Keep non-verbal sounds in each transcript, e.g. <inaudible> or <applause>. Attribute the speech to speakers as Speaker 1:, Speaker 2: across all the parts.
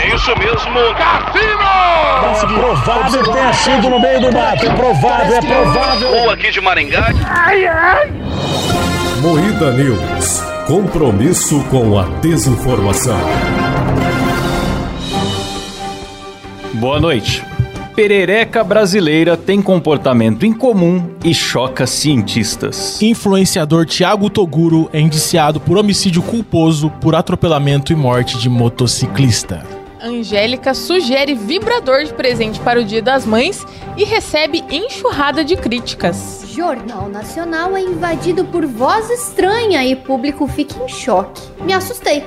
Speaker 1: É isso mesmo, Cassino!
Speaker 2: Provável que tenha sido no meio do mato. É provável, é provável.
Speaker 1: Ou aqui de Maringá.
Speaker 3: Moída News. Compromisso com a desinformação.
Speaker 4: Boa noite. Perereca brasileira tem comportamento incomum e choca cientistas.
Speaker 5: Influenciador Tiago Toguro é indiciado por homicídio culposo por atropelamento e morte de motociclista.
Speaker 6: Angélica sugere vibrador de presente para o Dia das Mães e recebe enxurrada de críticas.
Speaker 7: Jornal Nacional é invadido por voz estranha e público fica em choque. Me assustei.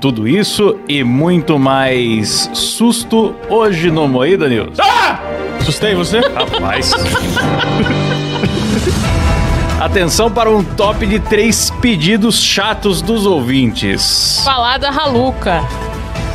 Speaker 4: Tudo isso e muito mais susto hoje no Moída News.
Speaker 5: Ah! Assustei você?
Speaker 4: <laughs> Rapaz. Atenção para um top de três pedidos chatos dos ouvintes.
Speaker 6: Balada Raluca.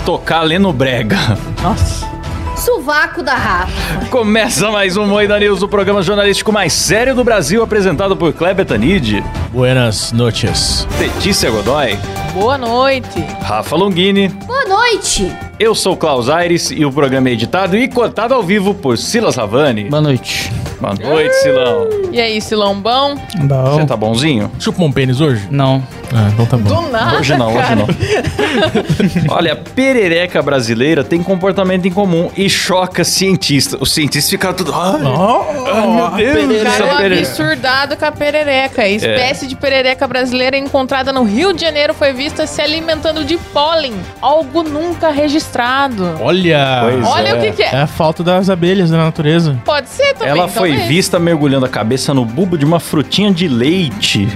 Speaker 4: Tocar Leno Brega.
Speaker 6: Nossa.
Speaker 7: Sovaco da Rafa.
Speaker 4: Começa mais um Moída News, o programa jornalístico mais sério do Brasil, apresentado por Kleber Tanid,
Speaker 5: Buenas noches.
Speaker 4: Letícia Godoy,
Speaker 6: Boa noite.
Speaker 4: Rafa Longini.
Speaker 7: Boa noite.
Speaker 4: Eu sou Klaus Aires e o programa é editado e cortado ao vivo por Silas Ravani.
Speaker 8: Boa noite.
Speaker 4: Boa noite, Silão.
Speaker 6: E aí, Silombão?
Speaker 4: Você tá bonzinho?
Speaker 5: Chupa um pênis hoje?
Speaker 8: Não.
Speaker 5: Ah, então tá bom.
Speaker 6: Do nada,
Speaker 4: Hoje não, hoje
Speaker 6: cara.
Speaker 4: não.
Speaker 6: <laughs>
Speaker 4: Olha, a perereca brasileira tem comportamento incomum e choca cientistas. Os cientistas ficaram tudo. Ai,
Speaker 5: Oh,
Speaker 4: meu Deus,
Speaker 6: Cara,
Speaker 4: essa
Speaker 6: é um
Speaker 4: perereca.
Speaker 6: absurdado com a perereca.
Speaker 4: É.
Speaker 6: A espécie de perereca brasileira encontrada no Rio de Janeiro foi vista se alimentando de pólen, algo nunca registrado.
Speaker 5: Olha!
Speaker 4: Pois
Speaker 6: Olha
Speaker 4: é.
Speaker 6: o que, que
Speaker 5: É
Speaker 6: é.
Speaker 5: a falta das abelhas da natureza.
Speaker 6: Pode ser também.
Speaker 4: Ela foi
Speaker 6: talvez.
Speaker 4: vista mergulhando a cabeça no bulbo de uma frutinha de leite.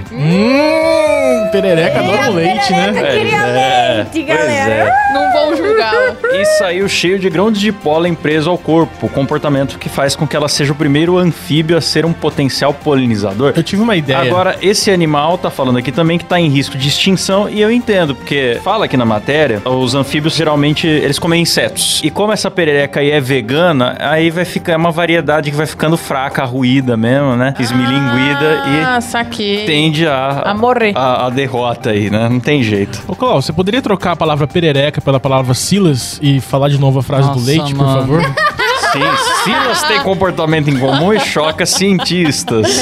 Speaker 5: Hum, perereca adora o leite, né?
Speaker 4: queria leite, Tá galera.
Speaker 6: Não vou julgá-la.
Speaker 4: é. E saiu cheio de grãos de pólen preso ao corpo, comportamento que faz com que ela seja o primeiro anfíbio a ser um potencial polinizador.
Speaker 5: Eu tive uma ideia.
Speaker 4: Agora, esse animal tá falando aqui também que tá em risco de extinção, e eu entendo, porque fala aqui na matéria, os anfíbios geralmente eles comem insetos. E como essa perereca aí é vegana, aí vai ficar é uma variedade que vai ficando fraca, ruída mesmo, né? Esmilinguida
Speaker 6: Ah, saquei.
Speaker 4: e tende
Speaker 6: A
Speaker 4: a,
Speaker 6: morrer.
Speaker 4: a, a derrota aí, né? Não tem jeito.
Speaker 5: Ô, Cláudio, você poderia trocar a palavra perereca pela palavra Silas e falar de novo a frase do
Speaker 8: Nossa,
Speaker 5: leite, por
Speaker 8: mano. <laughs>
Speaker 5: favor?
Speaker 4: Sim, Silas tem comportamento incomum e choca cientistas.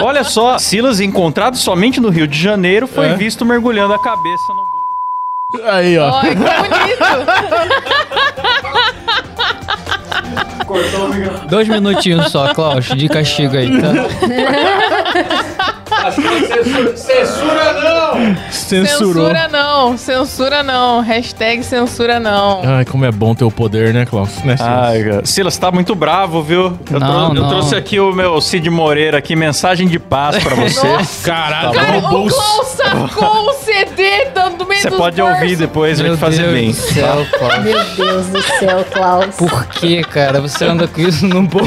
Speaker 4: Olha só, Silas, encontrado somente no Rio de Janeiro, foi
Speaker 5: É?
Speaker 4: visto mergulhando a cabeça no.
Speaker 5: Aí, ó.
Speaker 6: Olha, que bonito.
Speaker 8: Dois minutinhos só, Klaus, de castigo aí, tá?
Speaker 5: Censurou.
Speaker 6: Censura não, censura não. Hashtag censura não.
Speaker 5: Ai, como é bom ter o poder, né, Klaus? Né, Silas?
Speaker 4: Ai, cara. Silas, tá muito bravo, viu? Eu,
Speaker 8: Não,
Speaker 4: trou- eu
Speaker 8: não.
Speaker 4: trouxe aqui o meu Cid Moreira aqui, mensagem de paz <laughs> pra você.
Speaker 5: Caralho,
Speaker 6: Cara,
Speaker 5: roubou
Speaker 6: o
Speaker 5: o
Speaker 6: Klaus sacou o CD dando do meio
Speaker 4: Você
Speaker 6: dos
Speaker 4: pode
Speaker 6: bolsos.
Speaker 4: ouvir né? depois, vai te fazer
Speaker 8: Deus
Speaker 4: bem.
Speaker 8: do céu, Klaus.
Speaker 7: Meu Deus do céu, Klaus.
Speaker 8: Por que, cara? Você anda com isso no
Speaker 4: <laughs>
Speaker 8: bolso?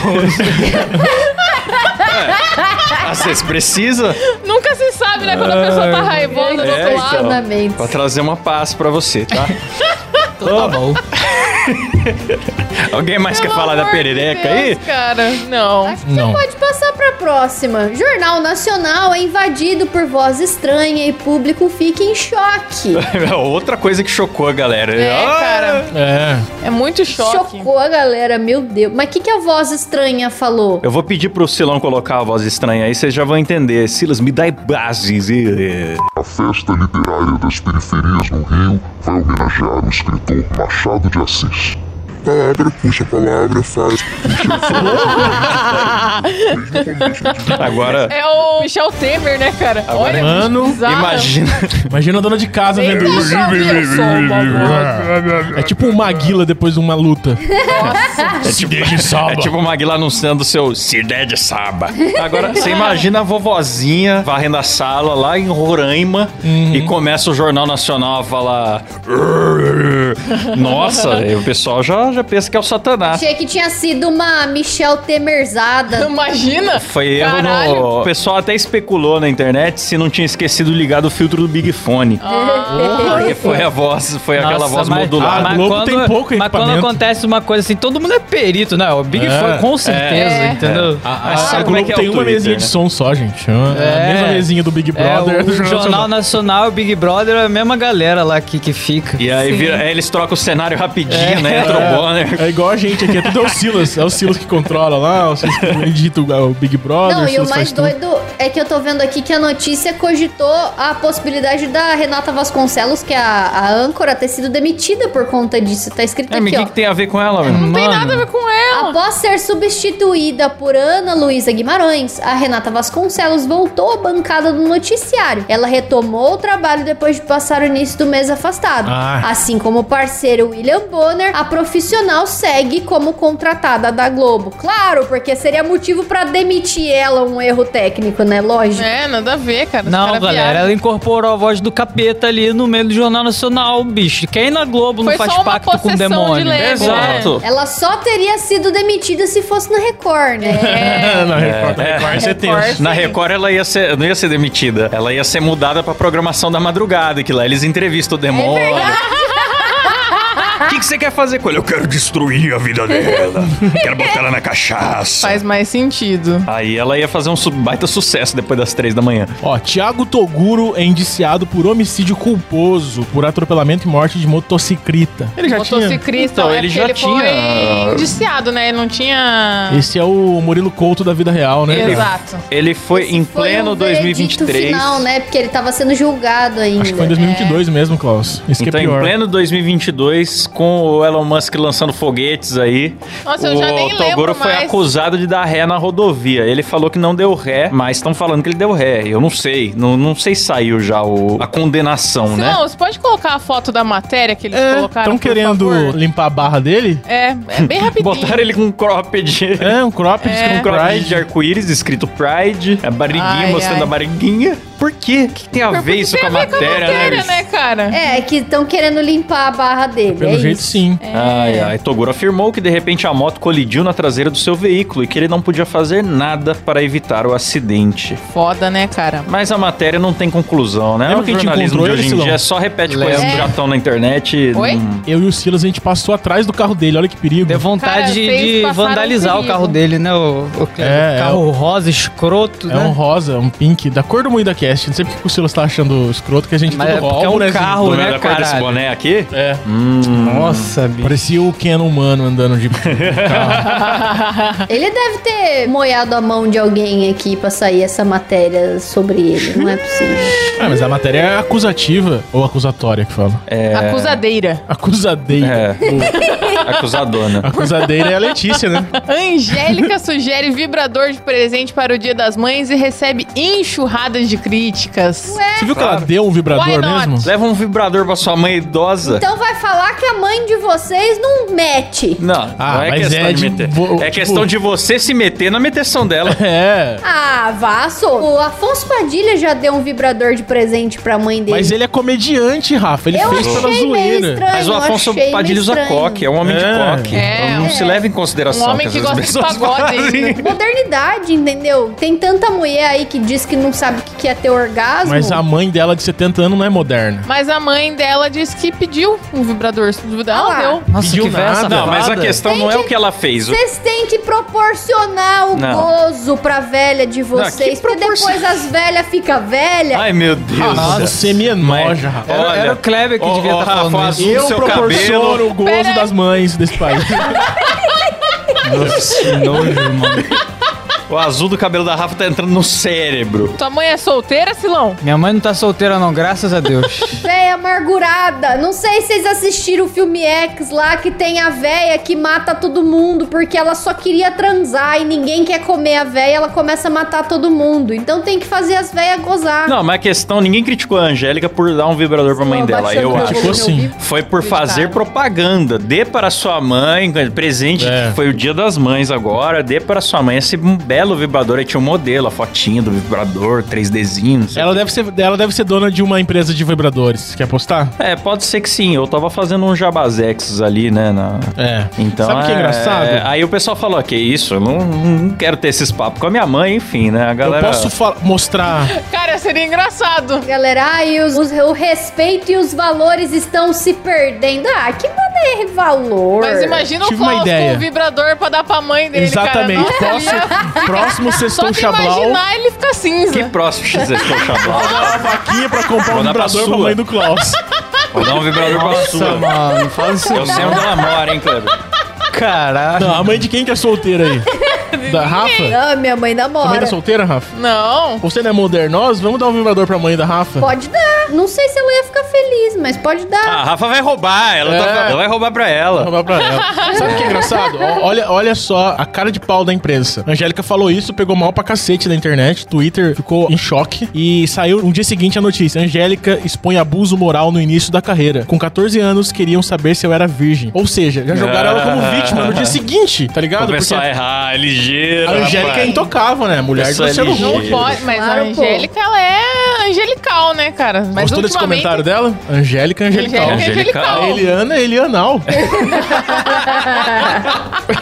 Speaker 4: Ah, vocês precisam?
Speaker 6: Nunca se sabe, né? Quando a pessoa tá raivosa do
Speaker 4: É,
Speaker 6: outro lado.
Speaker 4: então.
Speaker 7: Exatamente.
Speaker 4: Pra trazer uma paz pra você, <laughs> tá?
Speaker 8: Então tá bom.
Speaker 4: Alguém mais quer
Speaker 6: Pelo
Speaker 4: falar da
Speaker 6: amor de
Speaker 4: perereca aí?
Speaker 6: Deus, Cara, não.
Speaker 7: Acho
Speaker 5: Não.
Speaker 7: que pode passar pra próxima. Jornal Nacional é invadido por voz estranha e público fica em choque.
Speaker 4: <laughs> Outra coisa que chocou a galera.
Speaker 6: É,
Speaker 4: Ah,
Speaker 6: cara.
Speaker 5: É.
Speaker 6: É muito choque.
Speaker 7: Chocou a galera, meu Deus. Mas o que, que a voz estranha falou?
Speaker 4: Eu vou pedir pro Silão colocar a voz estranha aí, vocês já vão entender. Silas, me dá bases. e-
Speaker 9: A festa literária das periferias no Rio vai homenagear o escritor Machado de Assis. Palavra, puxa a palavra, faz.
Speaker 4: Agora,
Speaker 6: É o Michel Temer, né, cara? Olha,
Speaker 5: mano,
Speaker 6: bizarro.
Speaker 4: imagina.
Speaker 5: Imagina a dona de casa
Speaker 4: é
Speaker 6: Nem
Speaker 5: vendo isso.
Speaker 6: deixa eu ouvir o som, babosa.
Speaker 5: É tipo um Maguila depois de uma luta.
Speaker 4: É tipo, é tipo o Maguila anunciando seu Cidé de Saba. Agora, você imagina a vovozinha varrendo a sala lá em Roraima e começa o Jornal Nacional a falar. Nossa, e o pessoal já, já pensa que é o Satanás.
Speaker 7: Achei que tinha sido uma Michelle
Speaker 4: <laughs>
Speaker 7: Temerzada.
Speaker 6: Imagina!
Speaker 4: Foi erro
Speaker 6: Caralho.
Speaker 4: no... O pessoal até especulou na internet se não tinha esquecido de ligar o filtro do Big Fone. Porque Ah, foi a voz, foi aquela voz
Speaker 8: mas-
Speaker 4: modulada.
Speaker 5: A Globo tem pouco
Speaker 8: Mas quando
Speaker 5: equipamento.
Speaker 8: acontece uma coisa assim, todo mundo é perito, né? O Big
Speaker 5: É.
Speaker 8: foi com certeza,
Speaker 6: É.
Speaker 8: entendeu?
Speaker 5: A,
Speaker 4: Mas sabe
Speaker 5: a
Speaker 4: como é
Speaker 5: Globo
Speaker 4: que é o
Speaker 5: tem uma
Speaker 4: Twitter,
Speaker 5: mesinha
Speaker 4: né?
Speaker 5: de som só, gente. É A
Speaker 8: É.
Speaker 5: mesma mesinha do Big
Speaker 8: É,
Speaker 5: Brother é, <laughs>
Speaker 8: o Jornal, Nacional, o Big Brother, é a mesma galera lá que, que fica.
Speaker 4: E aí
Speaker 6: Sim.
Speaker 4: vira- aí eles trocam o cenário rapidinho,
Speaker 8: É.
Speaker 4: né? Entra o Bonner.
Speaker 5: É igual a gente aqui, é tudo é o Silas. É o Silas que controla lá, o Silas que edita o, o Big Brother.
Speaker 7: Não, e o
Speaker 5: Silas faz
Speaker 7: mais
Speaker 5: tudo.
Speaker 7: doido é que eu tô vendo aqui que a notícia cogitou a possibilidade da Renata Vasconcelos, que é a, a âncora, ter sido demitida por conta disso. Tá
Speaker 4: <laughs>
Speaker 7: escrito
Speaker 4: É, mas
Speaker 7: aqui,
Speaker 4: o que,
Speaker 7: ó.
Speaker 4: que tem a ver com ela, mano?
Speaker 6: Não tem nada a ver com ela.
Speaker 7: Após ser substituída por Ana Luísa Guimarães, a Renata Vasconcelos voltou à bancada do noticiário. Ela retomou o trabalho depois de passar o início do mês afastado.
Speaker 5: Ah.
Speaker 7: Assim como o parceiro William Bonner, a profissional segue como contratada da Globo. Claro, porque seria motivo pra demitir ela um erro técnico, né? Lógico.
Speaker 6: É, nada a ver, cara. Os
Speaker 8: Não,
Speaker 6: cara
Speaker 8: galera,
Speaker 6: viajam.
Speaker 8: ela incorporou a voz do capeta ali no meio do Jornal Nacional, bicho. Quem na Globo
Speaker 6: Foi
Speaker 8: não faz
Speaker 6: só uma
Speaker 8: pacto com o
Speaker 6: possessão
Speaker 8: demônio?
Speaker 6: de né? leve,
Speaker 4: Exato.
Speaker 7: Ela só teria sido demitida se fosse na Record, né?
Speaker 5: É, na Record, na Record você tem.
Speaker 6: Record.
Speaker 4: Na Record ela ia ser, não ia ser demitida. Ela ia ser mudada pra programação da madrugada, que lá eles entrevistam o demônio. <laughs> O que, que você quer fazer com ele? Eu quero destruir a vida dela. quero botar ela na cachaça.
Speaker 6: Faz mais sentido.
Speaker 4: Aí ela ia fazer um su- baita sucesso depois das três da manhã.
Speaker 5: Ó, Tiago Toguro é indiciado por homicídio culposo, por atropelamento e morte de motocicleta. Ele já tinha.
Speaker 6: Motociclista,
Speaker 4: Então,
Speaker 6: é
Speaker 4: ele
Speaker 6: porque
Speaker 4: já
Speaker 6: ele
Speaker 4: tinha-
Speaker 6: foi indiciado, né? Ele não tinha...
Speaker 5: Esse é o Murilo Couto da vida real, né?
Speaker 6: Exato.
Speaker 4: Ele foi em
Speaker 7: Foi
Speaker 4: pleno
Speaker 7: um veredito
Speaker 4: 2023.
Speaker 7: final, né? Porque ele tava sendo julgado ainda.
Speaker 5: Acho que foi em 2022 mesmo, Klaus. Isso que
Speaker 4: Então,
Speaker 5: é
Speaker 4: em
Speaker 5: pior.
Speaker 4: pleno 2022, com o Elon Musk lançando foguetes aí,
Speaker 6: Nossa,
Speaker 4: o
Speaker 6: eu já nem lembro
Speaker 4: Toguro foi
Speaker 6: mais.
Speaker 4: acusado de dar ré na rodovia. Ele falou que não deu ré, mas estão falando que ele deu ré. Eu não sei. Não, não sei se saiu já o- a condenação, né?
Speaker 6: Não, você pode colocar a foto da matéria que eles colocaram,
Speaker 5: Estão
Speaker 6: por
Speaker 5: É, querendo
Speaker 6: favor?
Speaker 5: limpar a barra dele?
Speaker 6: É, é bem rapidinho.
Speaker 4: Botaram ele com um cropped. <laughs>
Speaker 5: É, um cropped,
Speaker 4: Um
Speaker 5: é.
Speaker 4: cropped de
Speaker 5: pride.
Speaker 4: arco-íris escrito Pride, a barriguinha
Speaker 6: Ai,
Speaker 4: mostrando
Speaker 6: ai.
Speaker 4: a barriguinha. Por quê? O que, que tem a ver isso
Speaker 6: Tem
Speaker 4: com a
Speaker 6: ver com a
Speaker 4: matéria,
Speaker 6: matéria,
Speaker 4: né?
Speaker 6: né, cara?
Speaker 7: É, que estão querendo limpar a barra dele.
Speaker 5: Pelo
Speaker 7: é
Speaker 5: jeito,
Speaker 7: isso.
Speaker 5: sim.
Speaker 4: Ai, ai. Toguro afirmou que de repente a moto colidiu na traseira do seu veículo e que ele não podia fazer nada para evitar o acidente.
Speaker 6: Foda, né, cara?
Speaker 4: Mas a matéria não tem conclusão, né?
Speaker 5: Lembra
Speaker 4: o
Speaker 5: que a gente
Speaker 4: jornalismo de
Speaker 5: encontrou
Speaker 4: hoje
Speaker 5: ele,
Speaker 4: em dia é
Speaker 5: Silão?
Speaker 4: só repete coisas que
Speaker 6: Lembra.
Speaker 4: já estão na internet. Hum. e
Speaker 6: Oi?
Speaker 4: não-
Speaker 5: Eu e o Silas, a gente passou atrás do carro dele, olha que perigo.
Speaker 8: Deu vontade
Speaker 6: Cara,
Speaker 8: de,
Speaker 6: vocês
Speaker 8: de
Speaker 6: passaram um
Speaker 8: vandalizar o
Speaker 6: perigo.
Speaker 8: carro dele, né? O, o-
Speaker 5: É,
Speaker 8: o carro rosa, escroto,
Speaker 5: É
Speaker 8: né?
Speaker 5: um rosa, um pink, da cor do Moída Cast. Não sei porque que o Silas tá achando escroto, que a gente
Speaker 8: Mas é
Speaker 5: tudo
Speaker 8: porque é um
Speaker 5: bonezinho.
Speaker 8: carro,
Speaker 4: Tá
Speaker 8: né,
Speaker 4: vendo a cor desse
Speaker 8: caralho?
Speaker 4: boné aqui? Hum,
Speaker 5: É.
Speaker 8: Nossa, bicho.
Speaker 5: Parecia o Ken humano andando de <laughs> carro.
Speaker 7: Ele deve ter moiado a mão de alguém aqui pra sair essa matéria sobre ele. Não
Speaker 5: <laughs>
Speaker 7: é possível.
Speaker 5: ah, mas a matéria é acusativa, ou acusatória que fala.
Speaker 6: Acusadeira.
Speaker 5: É Acusadeira.
Speaker 4: É, acusadona.
Speaker 5: Acusadeira é a Letícia, né?
Speaker 6: Angélica <laughs> sugere vibrador de presente para o Dia das Mães e recebe enxurradas de críticas.
Speaker 5: Você viu que ela deu um
Speaker 6: Why
Speaker 5: vibrador
Speaker 6: not?
Speaker 5: mesmo?
Speaker 4: Leva um vibrador pra sua mãe idosa.
Speaker 7: Então vai falar que a mãe de vocês não mete.
Speaker 4: Não,
Speaker 5: Ah,
Speaker 4: não é
Speaker 5: mas
Speaker 4: questão
Speaker 5: é
Speaker 4: de
Speaker 5: de
Speaker 4: meter.
Speaker 5: vo-
Speaker 4: É
Speaker 5: tipo-
Speaker 4: questão de você se meter na meteção dela.
Speaker 5: É.
Speaker 7: Ah, vasso. O Afonso Padilha já deu um vibrador de presente pra mãe dele.
Speaker 5: Mas ele é comediante, Rafa. Ele
Speaker 7: eu
Speaker 5: fez pela
Speaker 7: achei meio
Speaker 5: zoeira.
Speaker 7: estranho.
Speaker 4: Mas o Afonso
Speaker 7: achei meio
Speaker 4: Padilha usa
Speaker 7: estranho.
Speaker 4: coque, é um homem
Speaker 5: É.
Speaker 4: de coque.
Speaker 6: É,
Speaker 4: Então não
Speaker 6: é.
Speaker 4: se leva em consideração.
Speaker 6: Um homem que
Speaker 4: às vezes assim.
Speaker 6: gosta de
Speaker 4: as pessoas
Speaker 6: pagode
Speaker 4: fazem.
Speaker 6: ainda.
Speaker 7: Modernidade, entendeu? Tem tanta mulher aí que diz que não sabe o que que é ter orgasmo.
Speaker 5: Mas a mãe dela de 70 anos não é moderna.
Speaker 6: Mas a mãe dela disse que pediu um vibrador. Ela
Speaker 7: Ah lá.
Speaker 6: deu.
Speaker 8: Nossa,
Speaker 5: Pediu
Speaker 8: que
Speaker 5: nada.
Speaker 8: versa
Speaker 4: Não, mas a questão
Speaker 7: Tem
Speaker 4: não é
Speaker 7: que-
Speaker 4: o que ela fez.
Speaker 7: Vocês têm que proporcionar o
Speaker 4: Não.
Speaker 7: gozo pra velha de vocês,
Speaker 4: que
Speaker 7: porque
Speaker 4: proporcion-
Speaker 7: depois as velhas ficam velhas.
Speaker 4: Ai, meu Deus.
Speaker 5: Nossa, você me enoja, Rafa.
Speaker 8: Era- era o Kleber que devia tá falando
Speaker 4: Rafa,
Speaker 8: isso.
Speaker 4: assume
Speaker 5: Eu
Speaker 4: seu
Speaker 5: proporciono
Speaker 4: cabelo.
Speaker 5: o gozo
Speaker 6: Pera aí.
Speaker 5: das mães desse país.
Speaker 8: Nossa, que nojo, mano.
Speaker 4: O azul do cabelo da Rafa tá entrando no cérebro.
Speaker 6: Tua mãe é solteira, Silão?
Speaker 8: Minha mãe não tá solteira, não, graças
Speaker 4: <laughs>
Speaker 8: a Deus.
Speaker 7: Véia é amargurada. Não sei se vocês assistiram o filme X lá que tem a véia que mata todo mundo porque ela só queria transar e ninguém quer comer a véia, ela começa a matar todo mundo. Então tem que fazer as véias gozar.
Speaker 4: Não, mas a questão, ninguém criticou a Angélica por dar um vibrador pra mãe
Speaker 7: Não,
Speaker 4: dela,
Speaker 7: baixando
Speaker 4: eu
Speaker 7: meu
Speaker 4: acho.
Speaker 7: volume,
Speaker 5: Ficou
Speaker 7: eu
Speaker 5: sim.
Speaker 7: vi.
Speaker 4: Foi por fazer propaganda. Dê para sua mãe, presente,
Speaker 5: É.
Speaker 4: que foi o dia das mães agora, dê para sua mãe esse belo vibrador. Aí tinha um modelo, a fotinha do vibrador, 3Dzinho. não sei
Speaker 5: Ela deve, ser, ela deve ser dona de uma empresa de vibradores. Quer apostar?
Speaker 4: É, pode ser que sim. Eu tava fazendo um jabazexes ali, né? na-
Speaker 5: É.
Speaker 4: Então,
Speaker 5: Sabe o que é engraçado?
Speaker 4: Aí o pessoal falou, "Ah, que isso, eu não, não quero ter esses papos com a minha mãe, enfim, né? A
Speaker 5: Eu
Speaker 4: galera...
Speaker 5: posso fa- mostrar.
Speaker 6: Cara, seria engraçado.
Speaker 7: Galera, ai, os, os- o respeito e os valores estão se perdendo. Ah, que maneira de valor.
Speaker 6: Mas imagina
Speaker 5: Tive
Speaker 6: o
Speaker 5: uma
Speaker 6: Klaus
Speaker 5: ideia.
Speaker 6: com o vibrador pra dar pra mãe dele,
Speaker 5: Exatamente.
Speaker 6: cara. Nossa, ele
Speaker 5: Próximo,
Speaker 6: ia-
Speaker 5: próximo
Speaker 6: Só
Speaker 5: sextão
Speaker 6: de
Speaker 5: chablau.
Speaker 6: imaginar ele fica cinza.
Speaker 4: Que próximo Xestou
Speaker 5: Vou
Speaker 4: Xablau.
Speaker 5: dar uma vaquinha pra comprar um
Speaker 4: Vou dar pra
Speaker 5: vibrador pra,
Speaker 4: sua.
Speaker 5: mãe do Klaus.
Speaker 4: <laughs> Vou dar um vibrador pra sua.
Speaker 8: mano, faz isso.
Speaker 4: Eu sei onde ela mora, hein, Kleber?
Speaker 8: Caralho.
Speaker 5: Não, a mãe de quem que é solteira
Speaker 6: <laughs>
Speaker 5: aí? Da Rafa?
Speaker 7: Ah, minha mãe
Speaker 5: A mãe
Speaker 7: namora.
Speaker 5: tá solteira, Rafa?
Speaker 6: Não.
Speaker 5: Você não é modernosa? Vamos dar um vibrador pra mãe da Rafa?
Speaker 7: Pode dar. Não sei se ela ia ficar feliz, mas pode dar.
Speaker 4: Ah, a Rafa vai roubar, ela, tá-
Speaker 5: É.
Speaker 4: ela vai roubar pra ela.
Speaker 5: Vamos pra ela. Sabe o que é engraçado? O- Olha, olha só a cara de pau da imprensa. A Angélica falou isso, pegou mal pra cacete na internet. Twitter ficou em choque. E saiu no dia seguinte a notícia. Angélica expõe abuso moral no início da carreira. Com 14 anos, queriam saber se eu era virgem. Ou seja, já jogaram ela como vítima no dia seguinte, tá
Speaker 4: O
Speaker 5: ligado?
Speaker 4: pessoal é, ah, é ligeiro,
Speaker 5: a Angélica é
Speaker 4: rapaz.
Speaker 5: intocável, né? Mulher do
Speaker 4: Pessoa é
Speaker 5: Luciano
Speaker 4: ligeira.
Speaker 5: Huck.
Speaker 6: Não pode, mas
Speaker 7: Claro,
Speaker 6: a
Speaker 7: pô.
Speaker 6: Angélica, ela é angelical, né, cara? Mas
Speaker 5: Gostou desse comentário dela? Angélica Angelical.
Speaker 6: Angélica é
Speaker 4: Angelical.
Speaker 6: angelical.
Speaker 5: A Eliana é Elianal.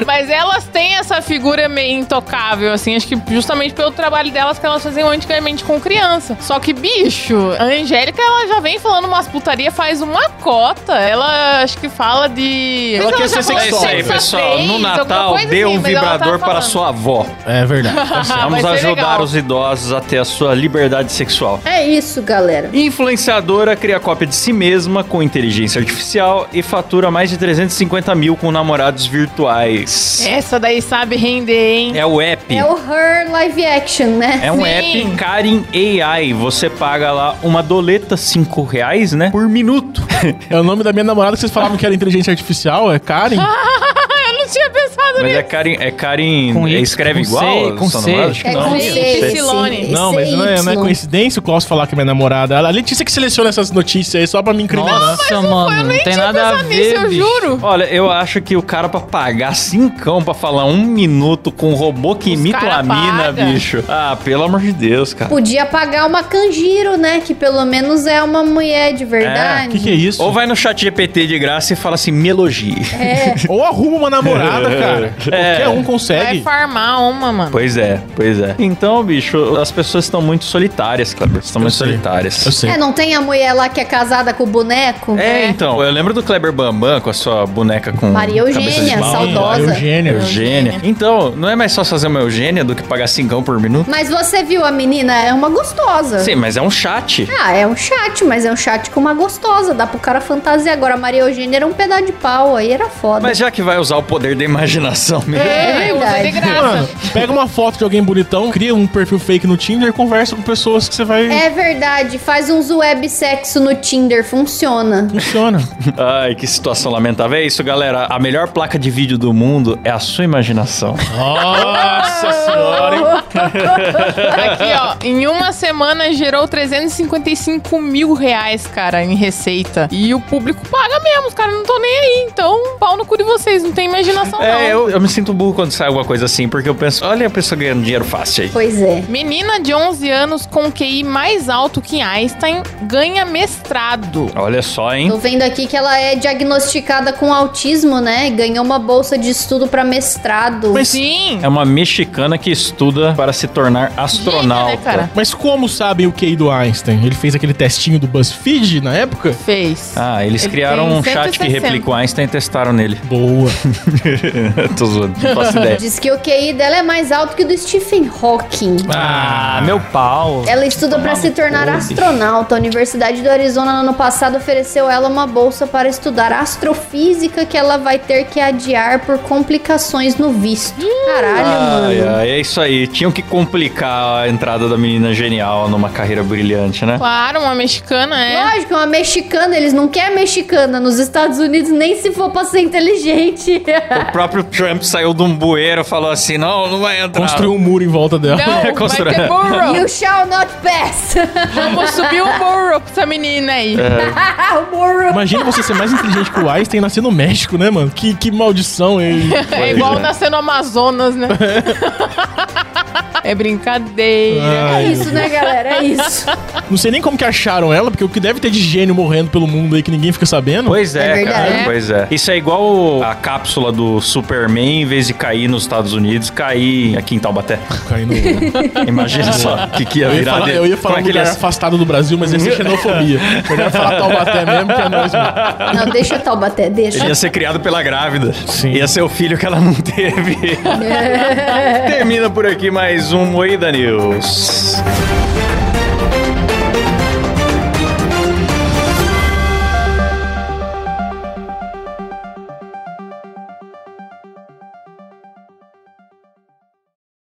Speaker 6: Mas elas têm essa figura meio intocável, assim. Acho que justamente pelo trabalho delas que elas faziam antigamente com criança. Só que, bicho, a Angélica, ela já vem falando umas putaria faz uma cota. Ela, acho que fala de...
Speaker 5: Ela
Speaker 6: Mas
Speaker 5: quer
Speaker 6: já
Speaker 5: ser
Speaker 6: falou
Speaker 4: É isso aí,
Speaker 6: sexo
Speaker 4: pessoal.
Speaker 6: vez,
Speaker 4: No
Speaker 6: alguma
Speaker 4: Natal,
Speaker 6: coisa
Speaker 4: dê
Speaker 6: assim,
Speaker 4: um
Speaker 6: mas ela tava
Speaker 4: vibrador para
Speaker 6: falando. Ah,
Speaker 4: sua avó.
Speaker 5: É verdade.
Speaker 6: Vai
Speaker 4: Vamos
Speaker 6: ser
Speaker 4: ajudar
Speaker 6: legal.
Speaker 4: os idosos a ter a sua liberdade sexual.
Speaker 7: É isso, galera.
Speaker 4: Influenciadora cria cópia de si mesma com inteligência artificial e fatura mais de 350 mil com namorados virtuais.
Speaker 6: Essa daí sabe render, hein?
Speaker 4: É, o app.
Speaker 7: É o Her live action, né?
Speaker 4: É um
Speaker 6: Sim.
Speaker 4: app Karin AI. Você paga lá uma doleta, 5 reais, né? Por minuto.
Speaker 5: É o nome da minha namorada que vocês falavam que era inteligência artificial, é
Speaker 6: <laughs>
Speaker 5: Karen.
Speaker 6: <laughs> Eu não tinha pensado
Speaker 4: Mas
Speaker 6: nisso.
Speaker 4: é Karin. É Karin
Speaker 8: Com Y,
Speaker 4: escreve
Speaker 8: com
Speaker 4: igual?
Speaker 8: C,
Speaker 4: a
Speaker 8: com
Speaker 4: sua
Speaker 8: C.
Speaker 4: namorada? Acho que
Speaker 7: É
Speaker 4: não.
Speaker 7: com
Speaker 6: Não,
Speaker 7: C,
Speaker 6: não.
Speaker 7: esse-
Speaker 6: Silone.
Speaker 7: esse
Speaker 5: Não, mas não é, não é
Speaker 7: Y.
Speaker 5: coincidência o Klaus falar que é minha namorada. A Letícia que seleciona essas notícias aí só pra me incriminar.
Speaker 8: Nossa, mano, não, tem nada
Speaker 6: Pensar
Speaker 8: a
Speaker 6: nisso,
Speaker 8: ver,
Speaker 6: eu
Speaker 8: bicho.
Speaker 6: juro.
Speaker 4: Olha, eu acho que o cara pra pagar cincão pra falar um minuto com um robô que
Speaker 6: Os
Speaker 4: imita
Speaker 6: cara
Speaker 4: uma mina,
Speaker 6: paga.
Speaker 4: bicho. Ah, pelo amor de Deus, cara.
Speaker 7: Podia pagar uma Canjiro, né? Que pelo menos é uma mulher de
Speaker 5: O
Speaker 7: verdade.
Speaker 5: que, que é isso?
Speaker 4: Ou
Speaker 5: Ou,
Speaker 4: vai no chat GPT de graça e fala assim, me elogie. <laughs>
Speaker 7: né?
Speaker 5: arruma uma <laughs> namorada, cara. É. Qualquer um consegue.
Speaker 6: Vai
Speaker 7: É
Speaker 6: farmar uma, mano.
Speaker 4: Pois é, pois é. Então, bicho, as pessoas estão muito solitárias, Kleber. Estão muito
Speaker 5: sei.
Speaker 4: solitárias.
Speaker 5: Eu sei.
Speaker 7: É, não tem a mulher lá que é casada com o boneco?
Speaker 4: É, então, eu lembro do Kleber Bambam com a sua boneca com.
Speaker 7: Maria
Speaker 4: cabeça de
Speaker 7: Eugênia,
Speaker 4: pau.
Speaker 7: é
Speaker 5: né?
Speaker 7: saudosa. É.
Speaker 5: Eugênia.
Speaker 4: Eugênia. Então, não é mais só fazer uma Eugênia do que pagar cincão por minuto?
Speaker 7: Mas você viu a menina? É uma gostosa.
Speaker 4: Sim, mas é um chat.
Speaker 7: Ah, é um chat, mas é um chat com uma gostosa. Dá pro cara fantasiar. Agora a Maria Eugênia era um pedaço de pau, aí era foda.
Speaker 4: Mas já que vai usar o poder da imaginação mesmo.
Speaker 6: É, eu usa de graça.
Speaker 5: Mano, pega uma foto de alguém bonitão, cria um perfil fake no Tinder e conversa com pessoas que você vai...
Speaker 7: É verdade, faz uns websexo no Tinder, funciona.
Speaker 5: Funciona.
Speaker 4: Ai, que situação lamentável. É isso, galera. A melhor placa de vídeo do mundo é a sua imaginação.
Speaker 5: Nossa senhora, hein?
Speaker 6: <laughs> Aqui, ó, em uma semana gerou 355 mil reais, cara, em receita. E o público paga mesmo, os caras não estão nem aí. Então, pau no cu de vocês, não tem imaginação, não.
Speaker 4: É, eu, eu me sinto burro quando sai alguma coisa assim, porque eu penso, olha a pessoa ganhando dinheiro fácil aí.
Speaker 7: Pois é.
Speaker 6: Menina de 11 anos com QI mais alto que Einstein ganha mestrado.
Speaker 4: Olha só, hein?
Speaker 7: Tô vendo aqui que ela é diagnosticada com autismo, né? E Ganhou uma bolsa de estudo pra mestrado.
Speaker 6: Sim.
Speaker 4: É uma mexicana que estuda para se tornar astronauta.
Speaker 6: Gênia, né, cara?
Speaker 5: Mas como sabem o QI do Einstein? Ele fez aquele testinho do BuzzFeed na época?
Speaker 6: Fez.
Speaker 4: Ah, eles
Speaker 6: Ele
Speaker 4: criaram
Speaker 6: tem
Speaker 4: um chat que
Speaker 6: 160.
Speaker 4: replicou Einstein e testaram nele. <laughs>
Speaker 5: Boa.
Speaker 4: Tô zoando, não
Speaker 6: <laughs>
Speaker 4: faço ideia.
Speaker 7: Diz que o QI dela é mais alto que o do Stephen Hawking.
Speaker 4: Ah,
Speaker 8: Ah, meu pau.
Speaker 7: Ela estuda para se tornar astronauta. A Universidade do Arizona, no ano passado, ofereceu a ela uma bolsa para estudar astrofísica que ela vai ter que adiar por complicações no visto. Caralho,
Speaker 4: Ai,
Speaker 7: mano.
Speaker 4: ai, é isso aí. Tinham que complicar a entrada da menina genial numa carreira brilhante, né?
Speaker 6: Claro, uma mexicana
Speaker 4: <laughs>
Speaker 6: é.
Speaker 7: Lógico, uma mexicana, eles não querem mexicana. Nos Estados Unidos, nem se for pra ser inteligente.
Speaker 4: O próprio Trump saiu de um bueiro e falou assim: não, não vai entrar.
Speaker 5: Construiu um muro em volta dela.
Speaker 4: É,
Speaker 6: Não, vai
Speaker 4: Constru-
Speaker 6: ter burro.
Speaker 7: <laughs> you shall not pass. <laughs>
Speaker 6: Vamos subir o burro pra essa menina aí.
Speaker 7: Ah, o burro.
Speaker 5: Imagina você ser mais inteligente que o Einstein e nascer no México, né,
Speaker 7: <laughs>
Speaker 4: é.
Speaker 5: mano? Que, que maldição ele.
Speaker 6: É igual nascer no Amazonas, né? É brincadeira.
Speaker 7: É isso, né, galera? É isso.
Speaker 5: Não sei nem como que acharam ela, porque o que deve ter de gênio morrendo pelo mundo aí que ninguém fica sabendo.
Speaker 4: Pois é,
Speaker 7: É verdade.
Speaker 4: cara. Pois é. Isso é igual a cápsula do Superman, em vez de cair nos Estados Unidos, cair aqui
Speaker 5: <laughs>
Speaker 4: em Taubaté.
Speaker 5: Caindo-
Speaker 4: <laughs> Imagina só o que, que ia
Speaker 5: Eu ia
Speaker 4: virar
Speaker 5: falar,
Speaker 4: dele.
Speaker 5: eu ia
Speaker 4: Como
Speaker 5: falar
Speaker 4: é
Speaker 5: um
Speaker 4: que ele
Speaker 5: lugar
Speaker 4: ia-
Speaker 5: afastado do Brasil, mas esse é
Speaker 4: <laughs>
Speaker 5: xenofobia. Melhor falar Taubaté mesmo, que é nós mesmo.
Speaker 7: Não, deixa Taubaté, deixa.
Speaker 4: Ele ia ser criado pela grávida.
Speaker 5: Sim.
Speaker 4: Ia ser o filho que ela não teve. Termina por aqui mais um Moída News.